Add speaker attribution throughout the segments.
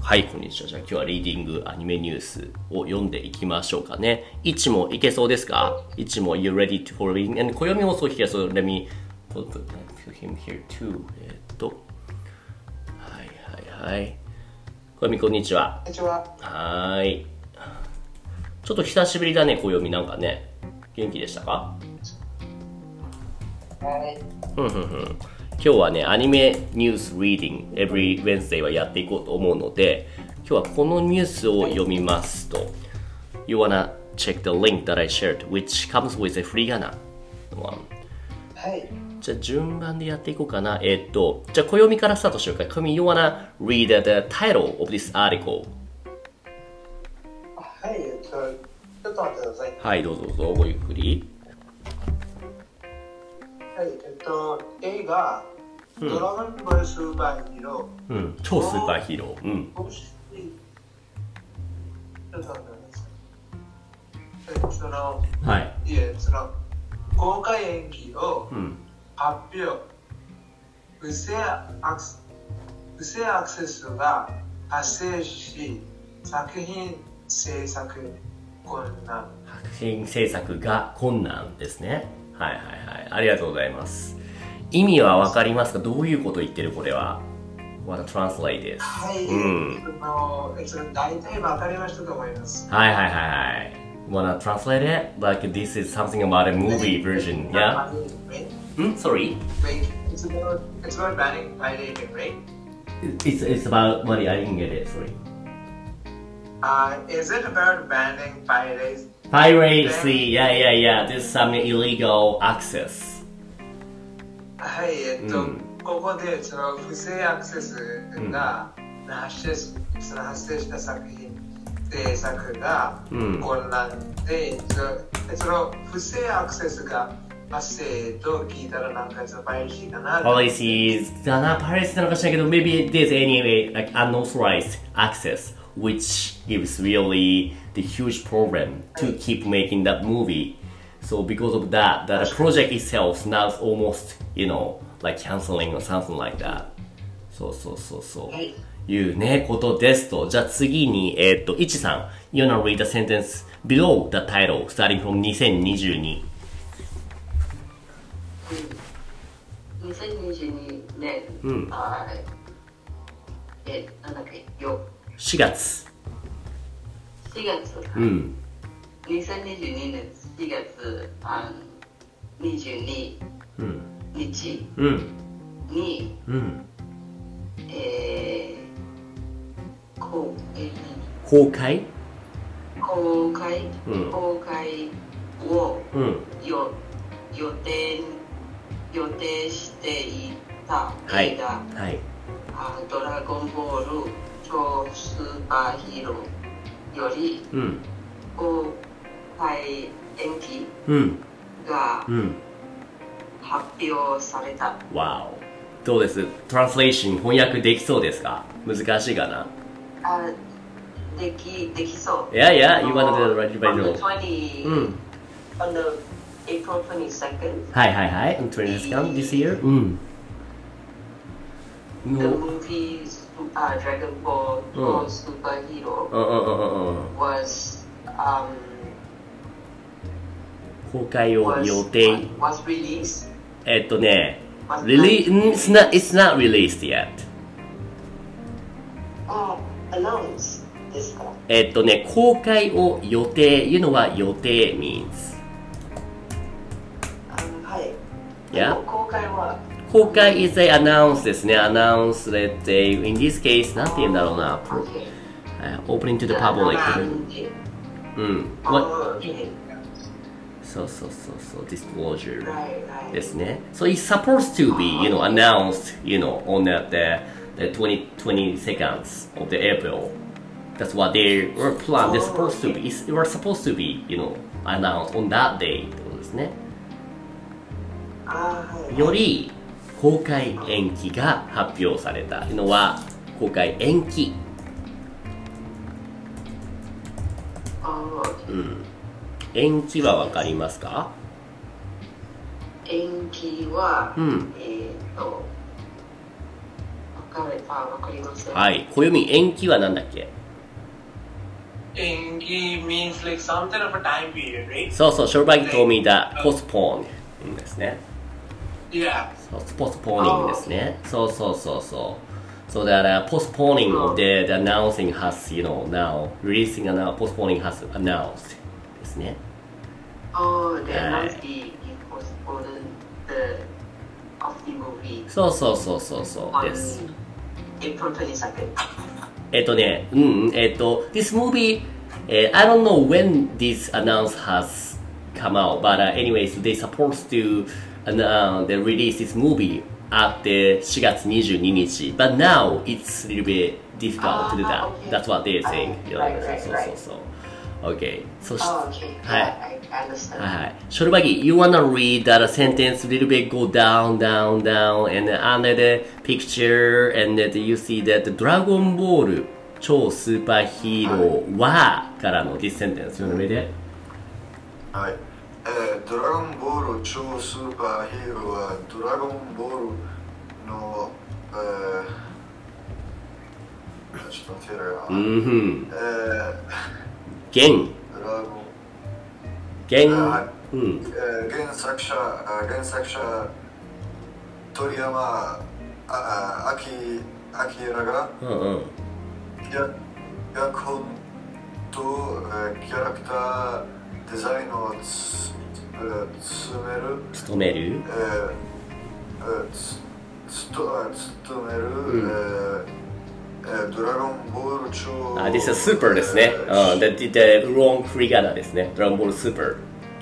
Speaker 1: はい、こんにちは。じゃあ今日はリーディングアニメニュースを読んでいきましょうかね。いちもいけそうですかいちも You ready to for reading? And 暦もそう here, so let me put him here too. えーっと。はいはいはい。暦こんにちは。
Speaker 2: こんにちは。
Speaker 1: はーい。ちょっと久しぶりだね、暦なんかね。元気でしたか
Speaker 2: はい。
Speaker 1: 今日はね、アニメニュース reading every Wednesday はやっていこうと思うので、今日はこのニュースを読みますと、You wanna check the link that I shared, which comes with a free Ghana one.
Speaker 2: はい。
Speaker 1: じゃあ順番でやっていこうかな。えっと、じゃあ暦からスタートしようか。暦、You wanna read the title of this article?
Speaker 2: はい。えっと、ちょっと待ってください。
Speaker 1: はい、どうぞどうぞ、ごゆっくり。
Speaker 2: はい。えっと、映画、ドラゴンボールスーパーヒーロ
Speaker 1: うん、超スーパーヒーロー。うん。
Speaker 2: ー、もし、ちょっと待ってください。えその、
Speaker 1: はい。
Speaker 2: いえ、その、公開演技を
Speaker 1: うん。
Speaker 2: 発表、不正アクセ不正アクセスが発生し、作品制作困難。
Speaker 1: 作品制作が困難ですねはいはいはいありがとうございます意味はわかりますかどういうこと言ってるこれは What a translate です
Speaker 2: はい、
Speaker 1: うん
Speaker 2: あのえっと大体わかりましたと思います。
Speaker 1: はいはいはいはい Wanna translate it? Like this is something about a movie version, yeah?
Speaker 2: Right?
Speaker 1: Hmm? Sorry?
Speaker 2: Wait, it's about it's about banning violating, right?
Speaker 1: It's, it's about money, I didn't get it, sorry.
Speaker 2: Uh, is it about banning pirates?
Speaker 1: Piracy, yeah, yeah, yeah. There's some illegal access.
Speaker 2: はい、えっと、
Speaker 1: うん
Speaker 2: ここでその不正アクセスが発生し、その発生した作品制作が
Speaker 1: うん
Speaker 2: 混乱で、そのえその不正アクセスが発生と聞いたらなんかそのパイレシーかなと
Speaker 1: policies だな、パレスなのかしらんけど、maybe there's anyway like unauthorized access, which gives really the huge problem to keep making that movie. So because of that, that the project itself now is almost, you know, like canceling or something like that. そうそうそうそう。
Speaker 2: はい
Speaker 1: いうね、ことですと。じゃあ次に、えーっ、と、いちさん、You wanna read the sentence below the title starting from 2022.
Speaker 3: 2022年、
Speaker 1: うん
Speaker 3: あーえなんだっけよ
Speaker 1: 4月。
Speaker 3: 4月、
Speaker 1: うん。
Speaker 3: 2022年4月あの22
Speaker 1: うん。
Speaker 3: 日
Speaker 1: うん。
Speaker 3: に、
Speaker 1: うん。
Speaker 3: えーこうえ
Speaker 1: 公開
Speaker 3: ー公開、
Speaker 1: うん
Speaker 3: 公開を
Speaker 1: うん。
Speaker 3: よ予定予定していた
Speaker 1: はい
Speaker 3: 映画、
Speaker 1: はい。
Speaker 3: あドラゴンボール超スーパーヒーローより
Speaker 1: うん。
Speaker 3: 公開延期
Speaker 1: うん。
Speaker 3: が
Speaker 1: うん。
Speaker 3: 発表された。
Speaker 1: わお。どうですトランスレーション翻訳できそうですか難しいかな
Speaker 3: あできできそう。
Speaker 1: いやいや、you wanna do the right by
Speaker 3: On
Speaker 1: the
Speaker 3: the 20
Speaker 1: Mm.
Speaker 3: on the April 22nd,
Speaker 1: はいはいはい。on 20 discount this year? うん。
Speaker 3: the
Speaker 1: の
Speaker 3: movie uh, Dragon Ball
Speaker 1: Mm.
Speaker 3: Super Hero
Speaker 1: うんうんうんうんうん。
Speaker 3: was um
Speaker 1: 公開を
Speaker 3: was
Speaker 1: 予定。
Speaker 3: was released.
Speaker 1: えっとね、
Speaker 3: Was
Speaker 1: release, it's not, it's not released yet.
Speaker 3: Uh, announced this time.
Speaker 1: えっとね、公開を予定、いうのは予定 means.
Speaker 3: Um, hi.
Speaker 1: Yeah?
Speaker 3: 公開は
Speaker 1: 公開 is a announce ですね。announce that they, in this case, なんて言うんだろうな。
Speaker 3: Okay.
Speaker 1: Uh, opening to the public.
Speaker 3: Announced.
Speaker 1: うん。ま
Speaker 3: Oh, okay.
Speaker 1: そうそうそうそう、disclosure
Speaker 3: Right, right.
Speaker 1: ですね。So it's supposed to be, you know, announced, you know, on that the, the 20, 20 seconds of the April. That's what they were planned. They're supposed to be. It's, they were supposed to be, you know, announced on that day. ってことですね。
Speaker 3: あーはい
Speaker 1: より公開延期が発表されたのは公開延期。
Speaker 3: あー
Speaker 1: うん。延期はわかりますか？
Speaker 3: 延期は、
Speaker 1: うん
Speaker 3: えっ、と、分かれてあ、わかりません。
Speaker 1: はい。暦延期はなんだっけ
Speaker 2: Engi means like something of a time period, right?
Speaker 1: そうそう、ショルバギ told me that postpone ですね。
Speaker 2: Yeah.
Speaker 1: そう、postponing ですね。そうそうそうそう。So that、uh, postponing of the, the announcing has, you know, now, releasing and now, postponing has announced ですね。
Speaker 3: Oh, the
Speaker 1: Yeah.
Speaker 3: announcement was for the, the of the movie
Speaker 1: そうそうそうそうそうで
Speaker 3: on
Speaker 1: す。
Speaker 3: April 22nd.
Speaker 1: えっとね、うんうん、えっと、this movie,、え I don't know when this announce has come out, but、anyways, they supposed to announce, they release this movie at the 4月22日, but now it's a little bit difficult to do that.
Speaker 3: Ah, okay.
Speaker 1: That's what they're saying.
Speaker 3: Ah,
Speaker 1: you know,
Speaker 3: right,
Speaker 1: そ
Speaker 3: right,
Speaker 1: うそうそうそう Okay. そし
Speaker 3: Oh, okay.
Speaker 1: はい
Speaker 3: Yeah, I, I
Speaker 1: はい
Speaker 3: understand.
Speaker 1: はい。ショルバギ、you wanna read that sentence a little bit go down, down, down, and then under the picture, and then you see that the Dragon Ball 超スーパーヒーローはからの this sentence 読んでみて。
Speaker 4: はい、えードラゴンボール超スーパーヒーローはドラゴンボールの、えーちょっと待ってよ、
Speaker 1: うんふん。
Speaker 4: えー
Speaker 1: ゲン、
Speaker 4: ドラゴン、
Speaker 1: ゲン、
Speaker 4: は
Speaker 1: うん。
Speaker 4: えー原作者あ原作者鳥山あああきあきらが
Speaker 1: うんうん。
Speaker 4: や脚本と、えーキャラクターデザインをつ、えー詰める
Speaker 1: 勤める
Speaker 4: えーえーつつとつとめる、えーえードラゴンボール超
Speaker 1: あ、this is super ですね。
Speaker 4: えー
Speaker 1: うん。で、で、wrong 振り仮名ですね。ドラゴンボールスーパー。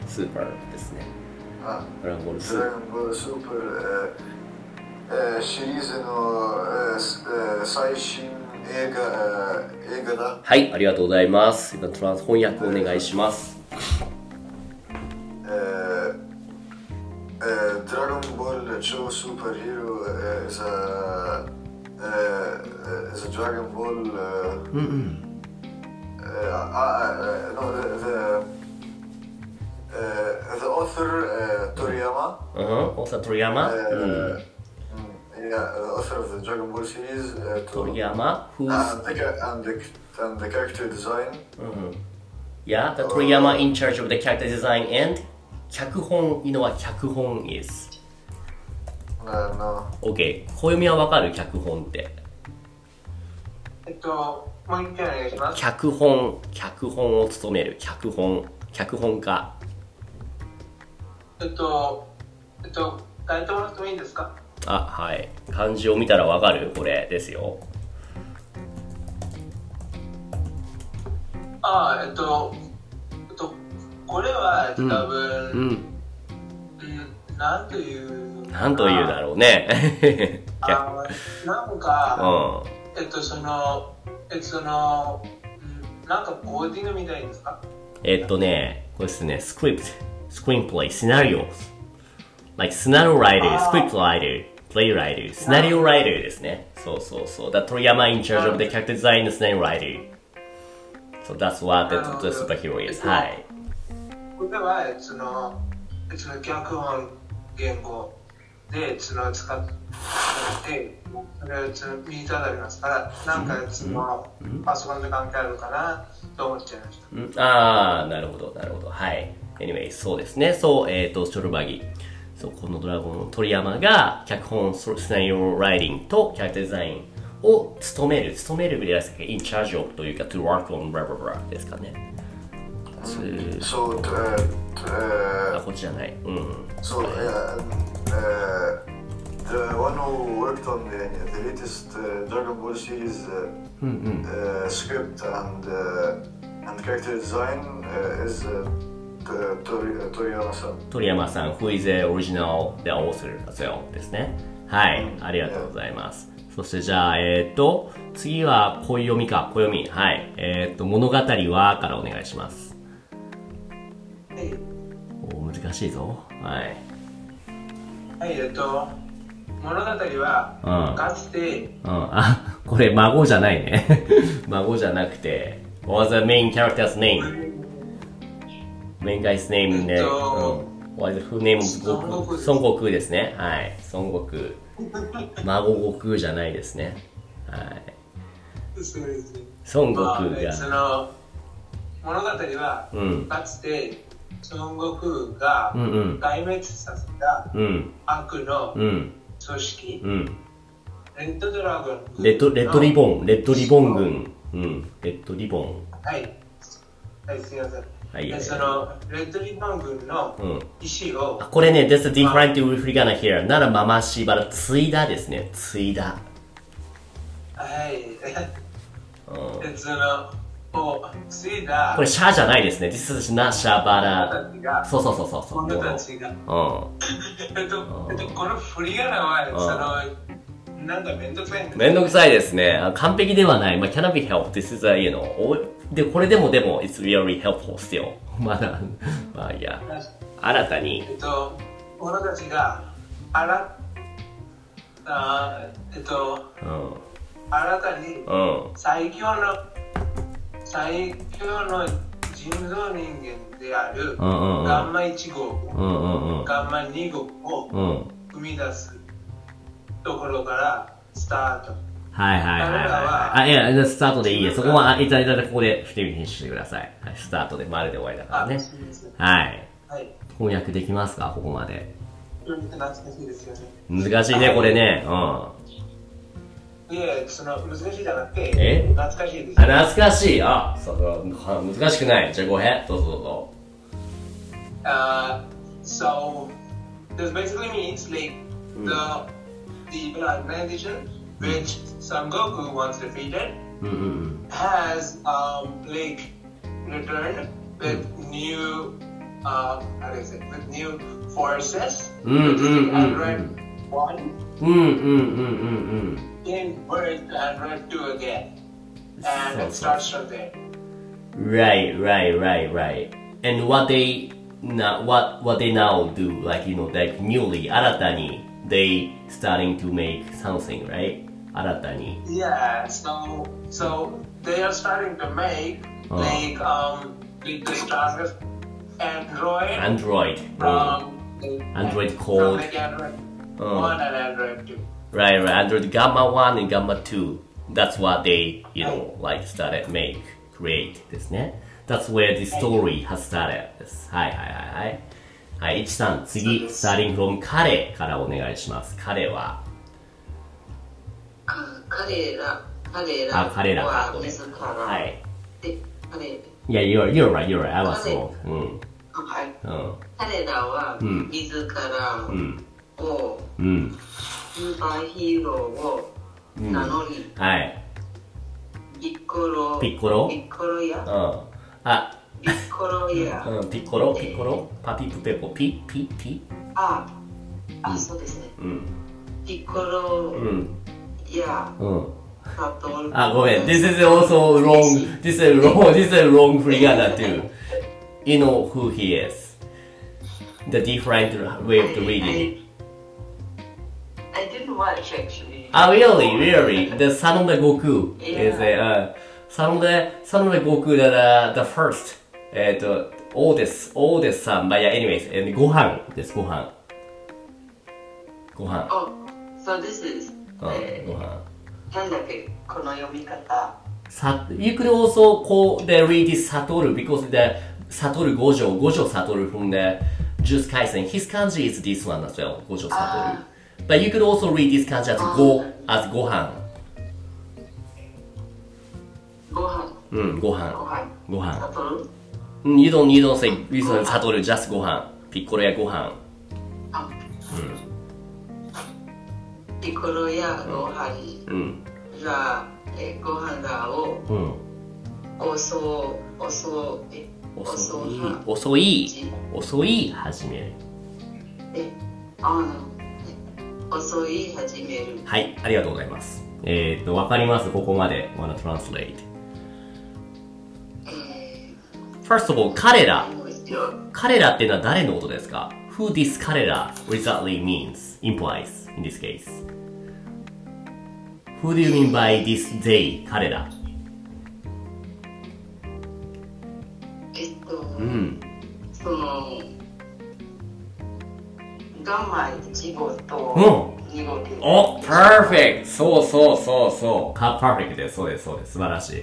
Speaker 1: スーパーですね。
Speaker 4: あ
Speaker 1: ドラゴンボールス
Speaker 4: ド
Speaker 1: ー
Speaker 4: ラ
Speaker 1: パ
Speaker 4: ゴンボールスーパー、えーえーシリーズの、えーすえー最新映画、えー映画だ、
Speaker 1: はい、ありがとうございます。今、トランス翻訳お願いします。
Speaker 4: えーえードラゴンボール超スーパーヒーロー、えー、ザ、えー、えーザドラゴンボール、えー e, uh, no, the, the, uh, the author uh, Toriyama,
Speaker 1: うん。おさ、鳥山
Speaker 4: uh,
Speaker 1: うん。
Speaker 4: yeah, e, the author of the Dragon Ball series, uh, to,
Speaker 1: Toriyama, who's
Speaker 4: and, the, ca- and, the, and the character design,
Speaker 1: yeah, the Toriyama in charge of the character design and 脚本 you know what 脚本 is.
Speaker 4: uh, no,
Speaker 1: OK, 暦はわかる脚本って。
Speaker 2: えっと、もう一回お願いします。
Speaker 1: 脚本、脚本を務める脚本、脚本家。
Speaker 2: えっと、えっと、変えてもらってもいいですか
Speaker 1: あ、はい。漢字を見たらわかるこれですよ。
Speaker 2: ああ、えっと、えっと、これは、えっと多分、
Speaker 1: う
Speaker 2: うん
Speaker 1: ん。
Speaker 2: なんという。
Speaker 1: なんというだろうね。
Speaker 2: あーなんか、
Speaker 1: うん。
Speaker 2: えっと、その、えっと、その、うんなんかコーディングみたいですか
Speaker 1: えっとね、これですね、スクリプト、スクリーンプレイ、シナリオ。like シナリオライター、
Speaker 2: あー
Speaker 1: スクリプトライター、プレイライター、シナリオライターですね。そうそうそう。だ鳥山 in charge of the character design のシナリオライター。So that's what the,
Speaker 2: なるほ
Speaker 1: the
Speaker 2: ど
Speaker 1: superhero is.
Speaker 2: うん
Speaker 1: はい。
Speaker 2: これは、えっと、その、えっと、その脚本言語で、その、使って、それを、その、見いただきますから、なんか、えっとその、パソコンと関係あるかな、と思っちゃいました。
Speaker 1: うんあー、なるほど、なるほど。はい。Anyway, そうですね。そう、えっ、と、ショルバギ。そう、このドラゴンの鳥山が、脚本、そうシナリオライティングとキャラクターデザインを務める、務めるぐらいですか、in charge of というか、to work on blah blah blah ですかね。そう
Speaker 4: so, uh, uh,
Speaker 1: あ、こっちじゃない。うん。
Speaker 4: So yeah, um, uh, the one who worked on the, the latest uh, Dragon Ball series uh, uh, script and uh, and character design uh, is uh, T- Tori- uh, Toriyama-san.
Speaker 1: 鳥山さん、who is the original, the author as well ですね。はい、ありがとうございます。そしてじゃあ、えっ、と、次は小読みか、小読み。はい。えっ、と、物語はからお願いします。
Speaker 2: はい
Speaker 1: お難しいぞ。はい。
Speaker 2: はい、えっと、物語は、かつて、
Speaker 1: うん、あ、これ孫じゃないね。 孫じゃなくて、What was the main character's name? main guy's name ね。
Speaker 2: え
Speaker 1: う
Speaker 2: っ
Speaker 1: ん
Speaker 2: と
Speaker 1: What is the name of
Speaker 2: 孫悟空
Speaker 1: Goku? 孫悟空ですね。はい。孫悟空。孫悟空じゃないですね。はい
Speaker 2: そうですね。
Speaker 1: 孫悟
Speaker 2: まあ
Speaker 1: 空が
Speaker 2: その物語は、
Speaker 1: うん
Speaker 2: かつて孫悟空が
Speaker 1: うんうん
Speaker 2: 壊滅させた
Speaker 1: うん
Speaker 2: 悪の
Speaker 1: うん
Speaker 2: 組織、
Speaker 1: うん
Speaker 2: レッドドラゴン
Speaker 1: レッドレッドリボンレッドリボン軍うんレッドリボン
Speaker 2: はいはいすいません
Speaker 1: はいはい
Speaker 2: でそのレッドリボン軍の
Speaker 1: うん
Speaker 2: 石を、
Speaker 1: これね、that's a different w f r e gonna hear. ならまましばら、ついだですね。ついだ。
Speaker 2: はい
Speaker 1: うん、
Speaker 2: でそのを継いだ
Speaker 1: これ、シャじゃないですね。This is not シャバ
Speaker 2: 者
Speaker 1: ラ。
Speaker 2: たちが
Speaker 1: そうそうそうそうそう。
Speaker 2: 者たちが
Speaker 1: う
Speaker 2: えっと、えっと、この振り仮名は、その、なんかめんどくさいんだ
Speaker 1: ん。めんどくさいですね。あ完璧ではない。まあ、cannot be helped. This is a, you know, all- で、これでもでも、it's really helpful still. まだ、まあいいや。新たに、
Speaker 2: えっと、俺たちが新た、えっと、
Speaker 1: うん、
Speaker 2: 新たに
Speaker 1: うん、
Speaker 2: 最強の最強の人造人間であ
Speaker 1: う
Speaker 2: る
Speaker 1: んうんうん
Speaker 2: ガンマ1号、
Speaker 1: うんうんうん、
Speaker 2: ガンマ2号を
Speaker 1: うん。
Speaker 2: 生み出すところからスタート。
Speaker 1: はいはいはいはいはい。あ、いや、じゃあスタートでいいや。そこは、あいたいたいたここで、フィリピンしてください。はい、スタートで、丸で終わりだから
Speaker 2: あ、
Speaker 1: ね。
Speaker 2: すみません。
Speaker 1: はい。
Speaker 2: はい。
Speaker 1: 翻訳できますかここまで。
Speaker 2: 懐かしいですよね。
Speaker 1: 難しいね、これね。うん。あ、
Speaker 2: いや、その難しいじゃなくて、
Speaker 1: え
Speaker 2: 懐かしいですよ。
Speaker 1: 懐かしい。あ、そうそう難しくない。じゃあ、ごへん。どうぞどうぞ。
Speaker 2: Uh, so this basically means like the the organization which Son Goku once defeated
Speaker 1: うんうん
Speaker 2: has um like returned with
Speaker 1: Hmm.
Speaker 2: new uh how do you say with new forces.
Speaker 1: Mm,
Speaker 2: Which is
Speaker 1: mm, mm,
Speaker 2: Android one
Speaker 1: うん。うんうんうんうん
Speaker 2: in birth to Android two again. And
Speaker 1: So-
Speaker 2: it starts from there.
Speaker 1: うん。Right, right, right, right. And what they now, what, what they now do, like, you know, like newly, 新たに、they starting to make something, right? 新たに。
Speaker 2: Yeah, so so they are starting to make
Speaker 1: Oh.
Speaker 2: like um like the strongest Android
Speaker 1: Android. うん。
Speaker 2: um the-
Speaker 1: Android
Speaker 2: from
Speaker 1: code.
Speaker 2: like Android
Speaker 1: Oh.
Speaker 2: one and Android two.
Speaker 1: Right, right. Android Gamma 1 and Gamma 2. That's what they, you know, like started make, create ですね。That's where the story has started です。はいはいはいはい。はい、いちさん、次、starting from 彼からお願いします。彼は、
Speaker 3: か彼ら彼ら
Speaker 1: あ、彼らか
Speaker 3: は。
Speaker 1: ごめん
Speaker 3: 自ら、
Speaker 1: はい。
Speaker 3: で彼
Speaker 1: Yeah, you're, you're right, you're right. I was wrong. Mm, uh,
Speaker 3: あはい
Speaker 1: うん、うん、
Speaker 3: 彼らは
Speaker 1: ん
Speaker 3: 自ら
Speaker 1: うん、
Speaker 3: を、
Speaker 1: うん。
Speaker 3: スーパーヒーローを名乗り、
Speaker 1: はい。
Speaker 3: ピッコロ
Speaker 1: ピッコロ
Speaker 3: ピッコロ
Speaker 1: うん
Speaker 3: や。
Speaker 1: あ、
Speaker 3: ピッコロや、
Speaker 1: うん、ピッコロ、ピッコロ、パピプペコ、ピ、ピ、ピ。
Speaker 3: ああそうですね
Speaker 1: うん、
Speaker 3: ピッコ
Speaker 1: う
Speaker 3: ロ
Speaker 1: ん、
Speaker 3: や
Speaker 1: うん。
Speaker 3: サトル
Speaker 1: あ、ごめん。This Ah, is also wrong. This is wrong. This is wrong Frigana too. You know who he is. The different way of the reading.
Speaker 3: I, I didn't watch actually
Speaker 1: Ah, really? Really? The son of the Goku is a uh, son of the son of the Goku the the, the first. えっと、oldest oldest son. But yeah, anyways, and ご飯です。ご飯。ご飯。
Speaker 3: oh so this is
Speaker 1: うん、
Speaker 3: え
Speaker 1: ご飯。
Speaker 3: ーなんだっけこの読み方
Speaker 1: さ you could also call the read is Satoru because the Satoru Gojo, Gojo Satoru from the Jujutsu Kaisen, his kanji is this one as well, Gojo Satoru. But you could also read this kanji as go, as Gohan.
Speaker 3: ご飯
Speaker 1: うん、
Speaker 3: ご
Speaker 1: Gohan.
Speaker 3: 飯サ
Speaker 1: Gohan.
Speaker 3: トル
Speaker 1: うん You don't, you don't say, you don't say Satoru, just Gohan. ピッコロやご飯。
Speaker 3: あピコロやご飯
Speaker 1: うん。
Speaker 3: ら、えー、ご飯らを
Speaker 1: うん。
Speaker 3: おそうおそうえおそ
Speaker 1: 遅
Speaker 3: う
Speaker 1: い
Speaker 3: は。
Speaker 1: 遅い。遅い。始める。
Speaker 3: えあえ遅い始める
Speaker 1: はい、ありがとうございます。えーっと、わかりますここまで。wanna translate.
Speaker 3: え
Speaker 1: First of all, 彼ら。
Speaker 3: ー、もう一度
Speaker 1: 彼らっていうのは誰のことですか ?Who this 彼ら exactly means, implies, in this case. Who do you mean by this they, 彼ら
Speaker 3: えっと、
Speaker 1: うん。
Speaker 3: そのガンマ1号と
Speaker 1: う
Speaker 3: ヒーローで
Speaker 1: おパーフェクトそうそうそうそうパーフェクトですそうですそうです素晴らしい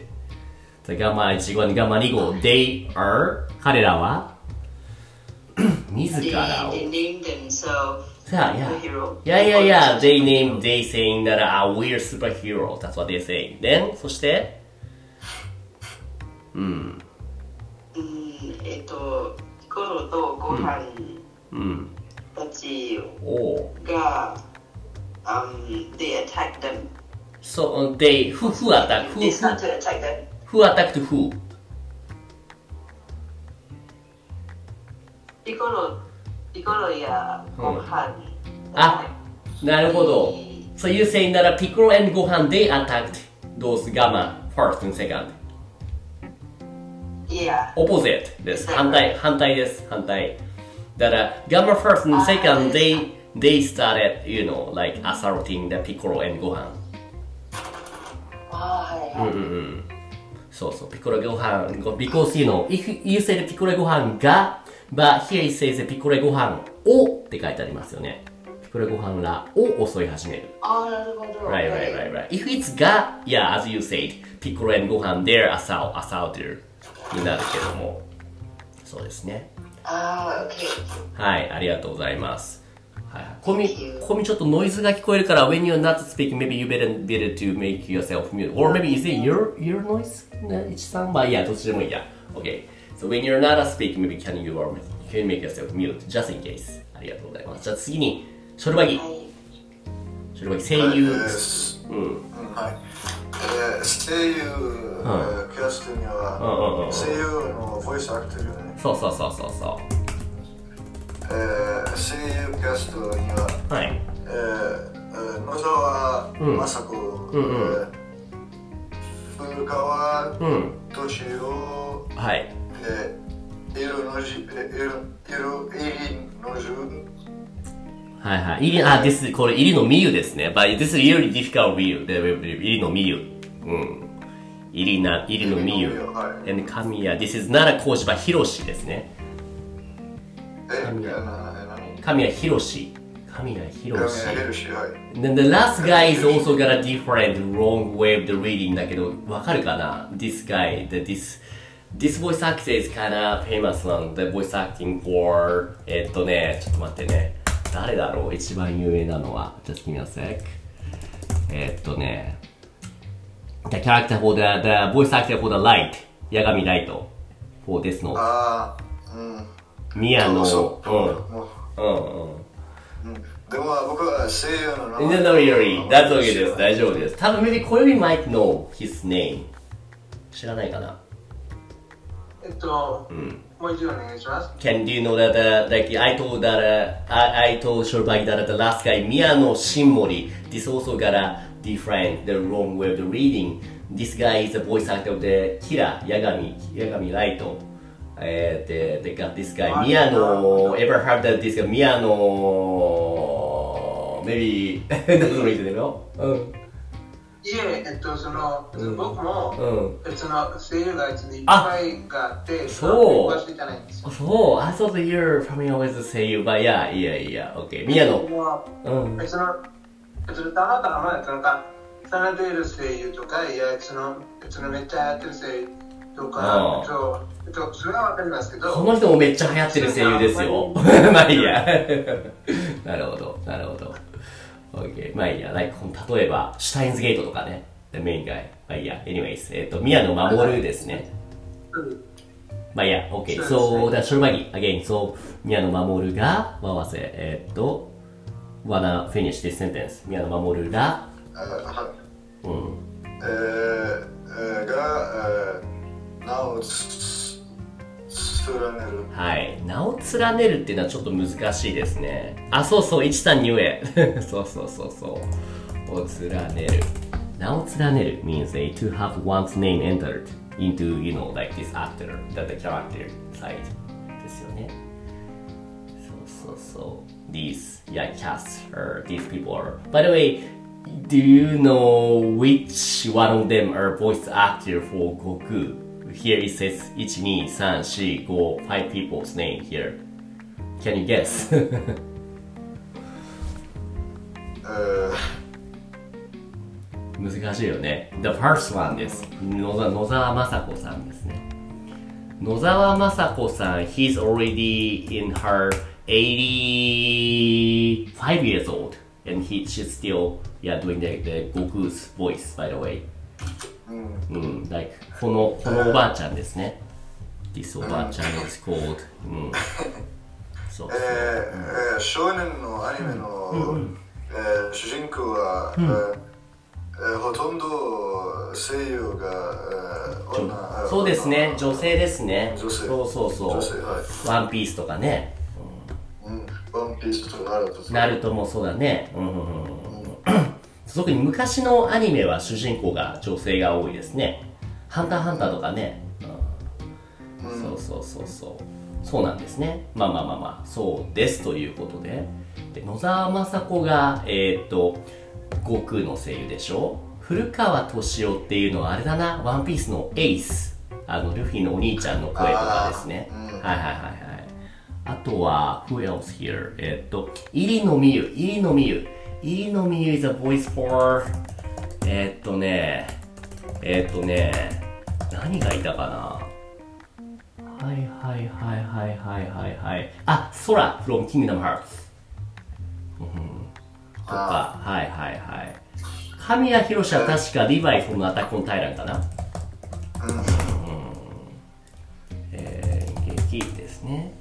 Speaker 1: じゃあガマ1号にガマ2号 They are 彼らは自
Speaker 3: they,
Speaker 1: らを
Speaker 3: they name themselves
Speaker 1: Yeah, yeah.
Speaker 3: superhero.
Speaker 1: Yeah, yeah, yeah. They name, they saying that uh, we're superhero. That's what they say. Then, そして、
Speaker 3: うんえっとヒコロとご飯
Speaker 1: うん。
Speaker 3: たち
Speaker 1: おう。
Speaker 3: が、um, they attack them
Speaker 1: So, uh, they, who, who attack? Who,
Speaker 3: they start
Speaker 1: who,
Speaker 3: to attack them
Speaker 1: who attacked who?
Speaker 3: ピコロピコロやご飯
Speaker 1: あなるほど。So you saying that uh, Piccolo and Gohan, they attacked those Gamma first and second.
Speaker 3: yeah
Speaker 1: Opposite です。反対、反対です。反対。That uh, Gamma first and second, they, they started, you know, like assaulting the Piccolo and Gohan.
Speaker 3: あーはいはい
Speaker 1: そうそう、ピコラご飯、because you know, if you say ピコラご飯が、but here it says ピコラご飯をって書いてありますよね。ピコラご飯らを襲い始める。
Speaker 3: あーなるほど
Speaker 1: Right, right, right, right. If it's が、yeah, as you said, ピコラ and ご飯 they're assault, assaulter になるけども。そうですね。
Speaker 3: ああ OK
Speaker 1: はい、ありがとうございます。はいはい、コミ
Speaker 3: Thank you.、
Speaker 1: コミちょっとノイズが聞こえるから、when you're not speaking, maybe you better, better to make yourself mute. Or maybe is it your, your noise? ね一さんまあいいや、どっちでもいいや。Okay. So when you're not speaking, maybe can you, or can you make yourself mute? Just in case. ありがとうございます。じゃあ次に、ショルバギ
Speaker 3: は。い
Speaker 1: ショルバギ、
Speaker 4: Uh,
Speaker 1: 声優。
Speaker 4: はいえー声優、えーキャストに
Speaker 1: うんうんう
Speaker 4: は
Speaker 1: ん
Speaker 4: 声優のボイスアクターよね、
Speaker 1: そうそうそうそうそ
Speaker 4: えー声優キャストには、
Speaker 1: う。はい。
Speaker 4: えーえー野沢雅子、
Speaker 1: んうん
Speaker 4: えー古川
Speaker 1: うん。
Speaker 4: 敏夫、
Speaker 1: はい。
Speaker 4: えー、エロノジえーエロエロエリノジュ
Speaker 1: はいはい。イリあ、です。これ、イリのミユですね。But this is really difficult view. イリのミユ。うん。イリな、イリのミユ。
Speaker 4: はい
Speaker 1: And 神谷、this is 奈良浩二場博士ですね。神谷
Speaker 4: えーえーなえー
Speaker 1: 神谷博士。神谷博
Speaker 4: 何
Speaker 1: 士。
Speaker 4: 神谷エルシはい
Speaker 1: Then the last guy is also got a different wrong way of the reading だけど、わかるかな ?This guy, the, this, this voice actor is kinda famous on the voice acting for, えっとね、ちょっと待ってね。誰だろう一番有名なのは。Just give me a sec. えっとね。The character for the, the voice actor for the light. 八神ライト。for this の。
Speaker 4: ああうん
Speaker 1: 宮野。
Speaker 4: そう
Speaker 1: う。
Speaker 4: もうん
Speaker 1: うんうん。
Speaker 4: でも僕は声優の名
Speaker 1: No,
Speaker 4: 前
Speaker 1: no, Yuri. That's okay です。大丈夫です。多分、maybe Koyori might know his name. 知らないかな。
Speaker 2: えっと、
Speaker 1: Hmm.
Speaker 2: もう一度お願いします。
Speaker 1: Can do you know that, uh, like, I told that, uh, I, I told Shorbagi that the last guy, Miyano Shinmori, this also got a different, the wrong way of the reading. This guy is the voice actor of the Kira, Yagami, Yagami Raito. Uh, they, they got this guy, Miyano, ever heard that this guy, Miyano, maybe, doesn't read it, no? うん。
Speaker 2: いえ、えっと、その、僕
Speaker 1: う
Speaker 2: も、
Speaker 1: ん。
Speaker 2: その、声優がいつにいっ
Speaker 1: あ
Speaker 2: ぱいがあって、
Speaker 1: そう
Speaker 2: の詳しいじゃないんですよ。
Speaker 1: そう、I thought that you're familiar with the 声優 but yeah, yeah, yeah, okay. 宮野。うん。
Speaker 2: えその、えその、たまたまやったのか、サナデール声優とか、いや、その、そのめっちゃ流行ってる声優と
Speaker 1: ああ
Speaker 2: か、えっと、えっと、それはわかりますけ
Speaker 1: こ
Speaker 2: ど、
Speaker 1: の人もめっちゃ流行ってる声優ですよ。 まあいいや。なるほど、なるほど。Okay. まあいいや、like, この例えば、シュタインズゲートとかね、メインが。まあいいや、anyways、えっと、宮野守ですね。
Speaker 2: うん
Speaker 1: まあいいや、OK。
Speaker 2: そ
Speaker 1: So,
Speaker 2: う
Speaker 1: だ、それまで、again, so, 宮野守が、合わせ、えっと、wanna finish this sentence. 宮野守が、
Speaker 4: はい
Speaker 1: うん。
Speaker 4: えーえーが、えー、名をつつ連ねる
Speaker 1: はい。名を連ねるっていうのはちょっと難しいですね。あ、そうそう、一さんに言え。 そうそうそうそう。を連ねる。名を連ねる means they to have one's name entered into, you know, like this actor, that the character side ですよね。そうそうそう。These, yeah, cast, or these people are. By the way, do you know which one of them are voice actor for Goku? Here it says 1, 2, 3, 4, 5, 5 people's name here. Can you guess?
Speaker 4: え Uh,
Speaker 1: 難しいよね。The first one です。野沢野沢雅子さんですね。野沢雅子さん、he's already in her 85 years old. And he, she's still, yeah, doing the, the Goku's voice, by the way. うん、like, この、このおばあちゃんですね。This おばあちゃん is called, うん。そう
Speaker 4: えーえー少年のアニメの、えー主人公は、えーえーほとんど声優が、えー
Speaker 1: そう
Speaker 4: 女
Speaker 1: そうですね、女性ですね。
Speaker 4: 女性
Speaker 1: そうそうそう。
Speaker 4: 女性は
Speaker 1: ワンピースとかね。
Speaker 4: い、うん、ワンピースとナルトと
Speaker 1: ナルトもそうだね。うんうんうんうん特に昔のアニメは主人公が女性が多いですね。ハンターハンターとかね。うんそうそうそうそう。そうなんですね。まあまあまあまあ、そうですということで。で野沢雅子が、えーっと、悟空の声優でしょ古川敏夫っていうのはあれだな、ワンピースのエース。あの、ルフィのお兄ちゃんの声とかですね。はいはいはいはい。あとは、who else here? えっと、入野美優、入野美優。入野美優 is a voice for えっとね、えっとね、何がいたかなはいはいはいはいはいはいはい。あ、ソラ from Kingdom Hearts。とか、はいはいはい。神谷博士は確かリヴァイ from Attack on Titan かなえー、劇ですね。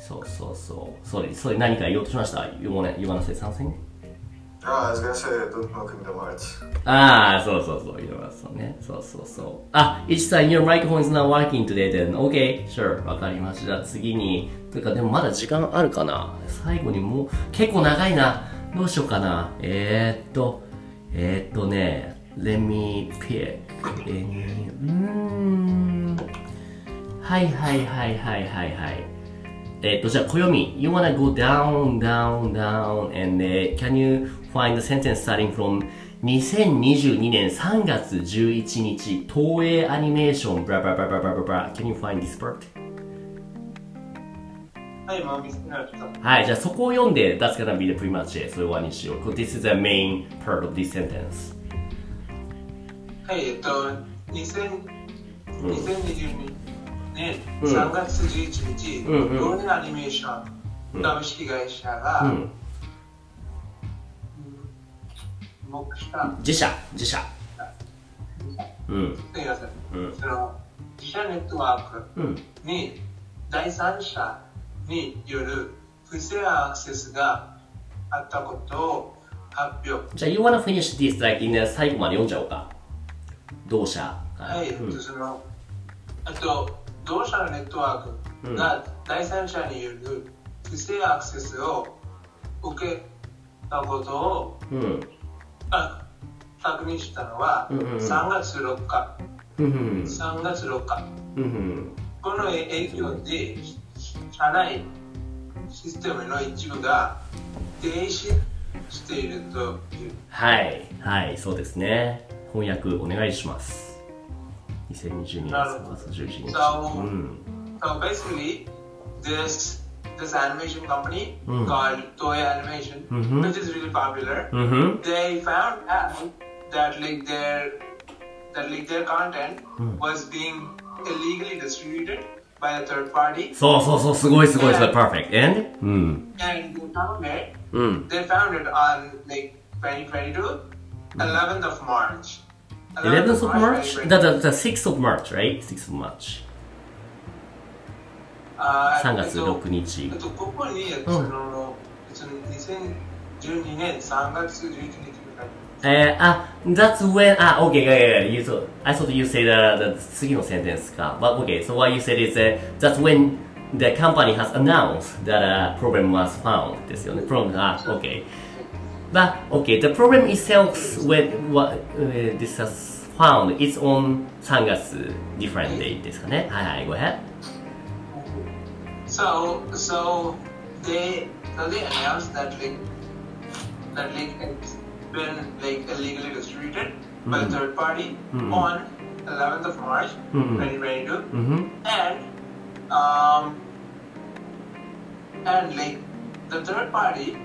Speaker 1: そうそうそう。それ、それ何か言おうとしました言わな言わなせ、参戦
Speaker 4: ああ、すみません、どの組でもある
Speaker 1: ああ、そうそうそう、言わなそうね。そうそうそう。あ、いちさん、your microphone is not working today then. Okay, sure. わかりました。じゃあ次に。というか、でもまだ時間あるかな最後にもう、結構長いな。どうしようかな。えー、っと、えー、っとね、let me pick. えー、うーん。はいはいはいはいはいはい。えっと、じゃあ、暦。You wanna go down, down, down, and、can you find the sentence starting from 2022年3月11日、東映アニメーション、ブラブラブラブラブラブラ。Can you find this part?
Speaker 2: はい、今見せられた。
Speaker 1: はい、じゃあそこを読んで、That's gonna be the pretty much it. それはにしよう。これ This is the main part of this sentence.
Speaker 2: はい、えっと、2000 2022年3月11日、
Speaker 1: うんうん
Speaker 2: ロールアニメーション株式会社が、
Speaker 1: うん。
Speaker 2: 目した、
Speaker 1: 自社、自社。うん。
Speaker 2: すみません、
Speaker 1: うん
Speaker 2: その自社ネットワー
Speaker 1: うん。
Speaker 2: クに第三者による不正アクセスがあったことを発表。
Speaker 1: じゃあ、You wanna finish this like in the 最後まで読んじゃおうか。同社。
Speaker 2: は、
Speaker 1: はい
Speaker 2: えっ
Speaker 1: うん
Speaker 2: とそのあと同社のネットワークが第三者による不正アクセスを受けたことを
Speaker 1: うん。
Speaker 2: あ確認したのは
Speaker 1: うんうんうん
Speaker 2: 3月6日
Speaker 1: うん。
Speaker 2: 3月6日
Speaker 1: うん。
Speaker 2: この影響で社内システムの一部が停止しているという
Speaker 1: はい、はい、そうですね。翻訳お願いします。2022年3月11日。
Speaker 2: So-
Speaker 1: うん。
Speaker 2: So basically, this this animation company
Speaker 1: Mm.
Speaker 2: called Toei Animation,
Speaker 1: Mhm.
Speaker 2: which is really popular,
Speaker 1: うんふん。
Speaker 2: they found out that like their that like their content was being illegally distributed by a third party,
Speaker 1: そうそうそう、すごいすごい、それ、perfect. And? うん。
Speaker 2: and they found it.
Speaker 1: うん。
Speaker 2: They found it on like 2022, 11th of March.
Speaker 1: 11th Hmm. of March? The,
Speaker 2: 2022.
Speaker 1: the, the 6th of March, right? 6th of March.
Speaker 2: Uh,
Speaker 1: 3月
Speaker 2: so-
Speaker 1: 6日
Speaker 2: あ。とここに、そ
Speaker 1: Oh.
Speaker 2: の、その2012年3月11日に
Speaker 1: えー、あ、that's when, あ、OK, yeah, yeah, yeah, you thought, I thought you said the, the 次のセンテンスか。But OK, so what you said is、uh, that's when the company has announced that a problem was found ですよね。problem, あ、OK. But OK, the problem itself when what、uh, this has found is on 3月 different day ですかね。はいはい、go ahead.
Speaker 2: So, so they, so they announced that like, that like it's been like illegally distributed by
Speaker 1: Hmm.
Speaker 2: a third party on 11th of March,
Speaker 1: Hmm.
Speaker 2: 2022,
Speaker 1: うん。
Speaker 2: and um, and like the third party,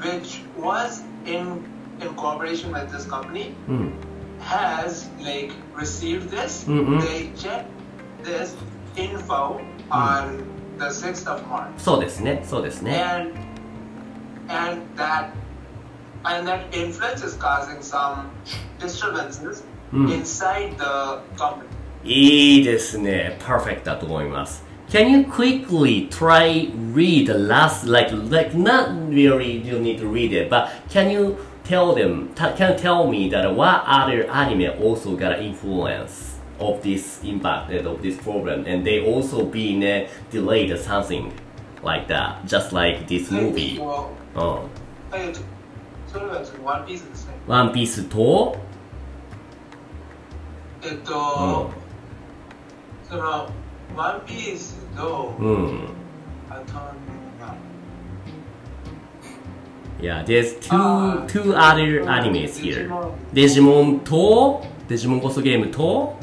Speaker 2: which was in in cooperation with this company
Speaker 1: うん。
Speaker 2: has like received this.
Speaker 1: Mhm.
Speaker 2: They checked this info on the sixth of March,
Speaker 1: そうですね、そうですね。
Speaker 2: and and that and that influence is causing some disturbances
Speaker 1: Mm.
Speaker 2: inside the company.
Speaker 1: いいですね。perfect だと思います。Can you quickly try read the last, like, like, not really you need to read it, but can you tell them, ta- can you tell me that what other anime also got influence of this impact and of this problem and they also being uh, delayed or something like that, just like this movie. Oh.
Speaker 2: Well,
Speaker 1: うん。
Speaker 2: hey, so it's one piece is the same.
Speaker 1: ワンピースと、
Speaker 2: えっ
Speaker 1: う
Speaker 2: と、その、ワンピースと、
Speaker 1: ん。うん。
Speaker 2: あとなんだ
Speaker 1: Yeah, there's two
Speaker 2: Ah.
Speaker 1: two other animes here. Digimon
Speaker 2: Digimon.
Speaker 1: と、Digimon ゴストゲームと、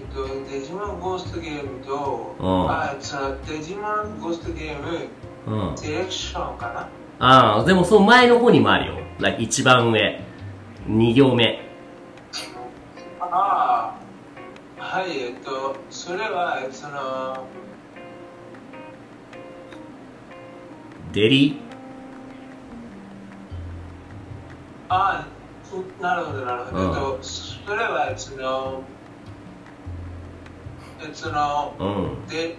Speaker 2: えっと、デジモンゴーストゲームと、
Speaker 1: うん
Speaker 2: あ、違う、デジモンゴーストゲーム、
Speaker 1: うん。
Speaker 2: セレクションかな
Speaker 1: ああ、でもその前の方にもあるよ。Like 一番上、二行目。
Speaker 2: ああ、はい、えっと、それは、その、
Speaker 1: デリ、
Speaker 2: あそなるほどなるほど、
Speaker 1: うん
Speaker 2: えっとそれはそのえその
Speaker 1: うん、
Speaker 2: デ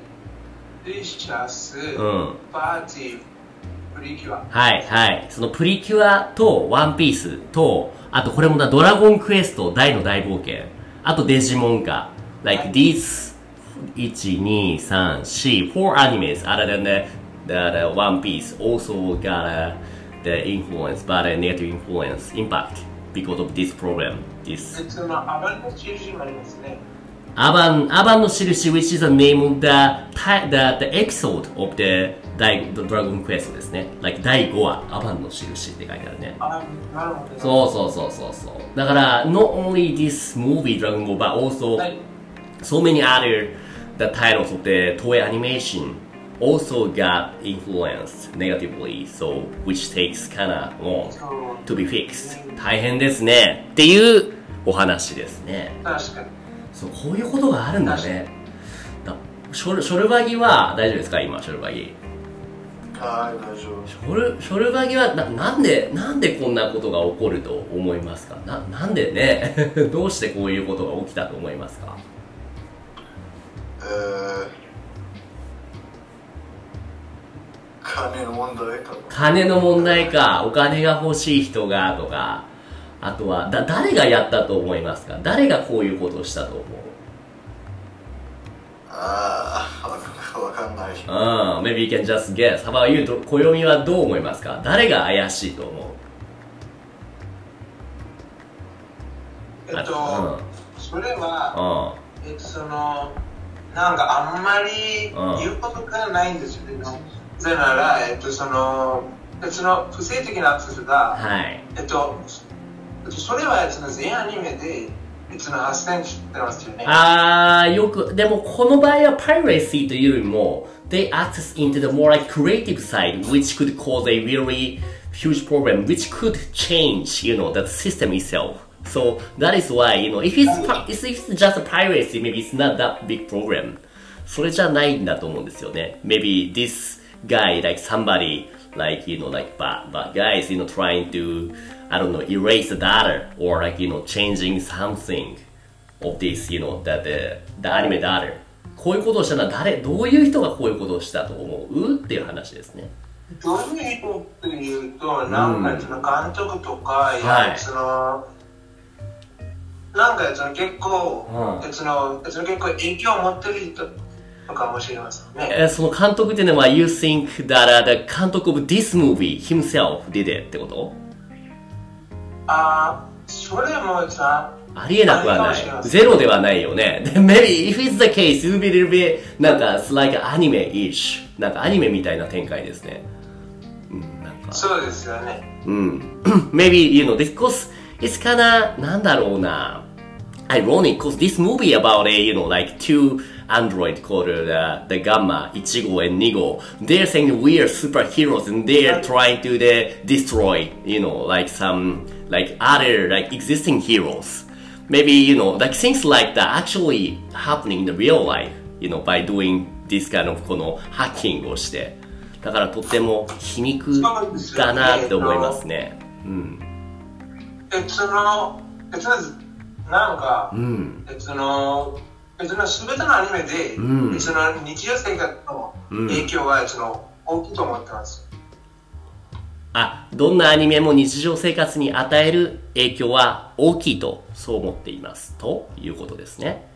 Speaker 2: リシャス、
Speaker 1: うん。
Speaker 2: パーティープリキュア
Speaker 1: はい、はい。そのプリキュアと、ワンピースと、あとこれもな、ドラゴンクエスト大の大冒険。あとデジモンか。Like these 1, 2, 3, 4, four animes other than the, the, the One Piece also got uh, the influence, but a negative influence, impact because of this problem. This
Speaker 2: 別のアバンの印もありますね
Speaker 1: アバン、アバンの印 which is the name of the, ti- the, the episode of the, Dai- the Dragon Quest ですね。Like 第5話、アバンの印って書いてあるね。
Speaker 2: あなるほどう
Speaker 1: そうそうそうそうそう。だから、not only this movie Dragon Ball, but also、
Speaker 2: はい
Speaker 1: so many other the titles of the toy animation also got influenced negatively, so which takes kinda long
Speaker 2: そう
Speaker 1: to be fixed. 大変ですね。っていうお話ですね。
Speaker 2: 確かに
Speaker 1: そう、こういうことがあるんだね。だショルショルバギは大丈夫ですか今、ショルバギ。
Speaker 4: はい、大丈夫。
Speaker 1: ショルショルバギはななんでなんでこんなことが起こると思いますかななんでね どうしてこういうことが起きたと思いますか
Speaker 4: えー、金の問題かな。
Speaker 1: 金の問題かお金が欲しい人がとかあとはだ誰がやったと思いますか誰がこういうことをしたと思う
Speaker 4: ああ、わかわかんない。
Speaker 1: うん maybe you can just guess how about you ど暦はどう思いますか誰が怪しいと思う
Speaker 2: えっと、
Speaker 1: あ
Speaker 2: それは
Speaker 1: う
Speaker 2: えっとそのなんかあんまり
Speaker 1: うん
Speaker 2: 言うことがないんですよね、なぜならえっとそのえその不正的なアクセスが、
Speaker 1: んはい
Speaker 2: えっと、えっとそれはえっと全アニメで、えっと、発展してますよね。
Speaker 1: あー Ah, よくでもこの場合は piracy というよりも they access into the more like creative side which could cause a really huge problem which could change you know the system itself so that is why you know if it's, pi- if it's just piracy maybe it's not that big problem それじゃないんだと思うんですよね maybe this guy like somebody like you know like bad, bad guys you know trying to I don't know erase the data or like you know changing something of this, you know, that the, the anime daughter. こういうことをしたのは誰、どういう人がこういうことをしたと思うっていう話ですね。
Speaker 2: どういう人っていうと、なんかその監督とか、い
Speaker 1: は
Speaker 2: や
Speaker 1: い
Speaker 2: そのなんかその結構、
Speaker 1: う
Speaker 2: えそのその結構影響を持ってる人とかもしれませんね。
Speaker 1: えーその監督っていうのは、you think that、uh, the 監督 of this movie himself did it ってこと
Speaker 2: あーそれもさ、
Speaker 1: ありえなくは
Speaker 2: ありえな
Speaker 1: な
Speaker 2: くはしま
Speaker 1: い。
Speaker 2: す
Speaker 1: ゼロではないよね。で Maybe if it's the case, it'll be a little bit なんか、it's like anime-ish. なんかアニメみたいな展開ですね。うん、なんか。
Speaker 2: そうですよね。
Speaker 1: うん。Maybe, you know, because it's kinda, なんだろうな。 ironic because this movie about a you know like two android called uh, the Gamma Ichigo and Nigo. They're saying we are superheroes and they're trying to uh, destroy you know like some like other like existing heroes. Maybe you know like things like that actually happening in the real life. You know by doing this kind of このハッキングをして。だからとっても皮肉だなって思いますね。
Speaker 2: 別の別のなんか、
Speaker 1: ん
Speaker 2: 別の別の全てのアニメで、
Speaker 1: ん
Speaker 2: 別の日常生活の影響がその大きいと思ってます。
Speaker 1: あ、どんなアニメも日常生活に与える影響は大きいと、そう思っています。ということですね。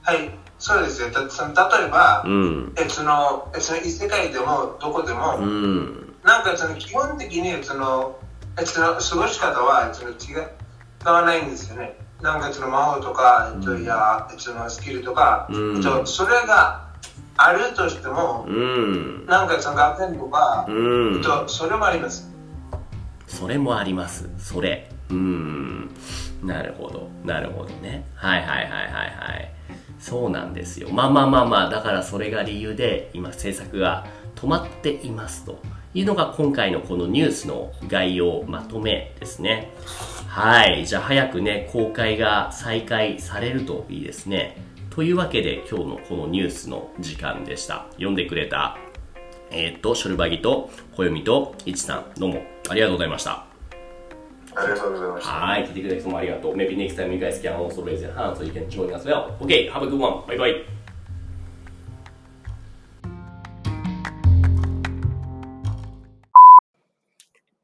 Speaker 2: はい、そうですよ。だその例えば、
Speaker 1: うん。
Speaker 2: 別の別の異世界でもどこでも、
Speaker 1: うん。
Speaker 2: なんかその基本的にそのその過ごし方はその違う使わないんですよね。なんかその魔法とか、えっと、いや、そのスキルとか、
Speaker 1: うん
Speaker 2: えっと、それがあるとしても、
Speaker 1: うん。
Speaker 2: なんかその学園とか、
Speaker 1: うん
Speaker 2: えっと、それもあります。
Speaker 1: それもあります。それ。うん。なるほど。なるほどね。はいはいはいはいはい。そうなんですよ。まあまあまあまあ、だからそれが理由で今制作が止まっていますというのが今回のこのニュースの概要まとめですね。はい。じゃあ早くね、公開が再開されるといいですね。というわけで今日のこのニュースの時間でした。読んでくれたえーっと、ショルバギと、小読みと、いちさん、どうもありがとうございました。
Speaker 4: ありがとうございました。
Speaker 1: はい、聞いてくれてどうもありがとう。Maybe next time you guys can also raise your hand so you can join us well. Okay, have a good one. Bye bye.「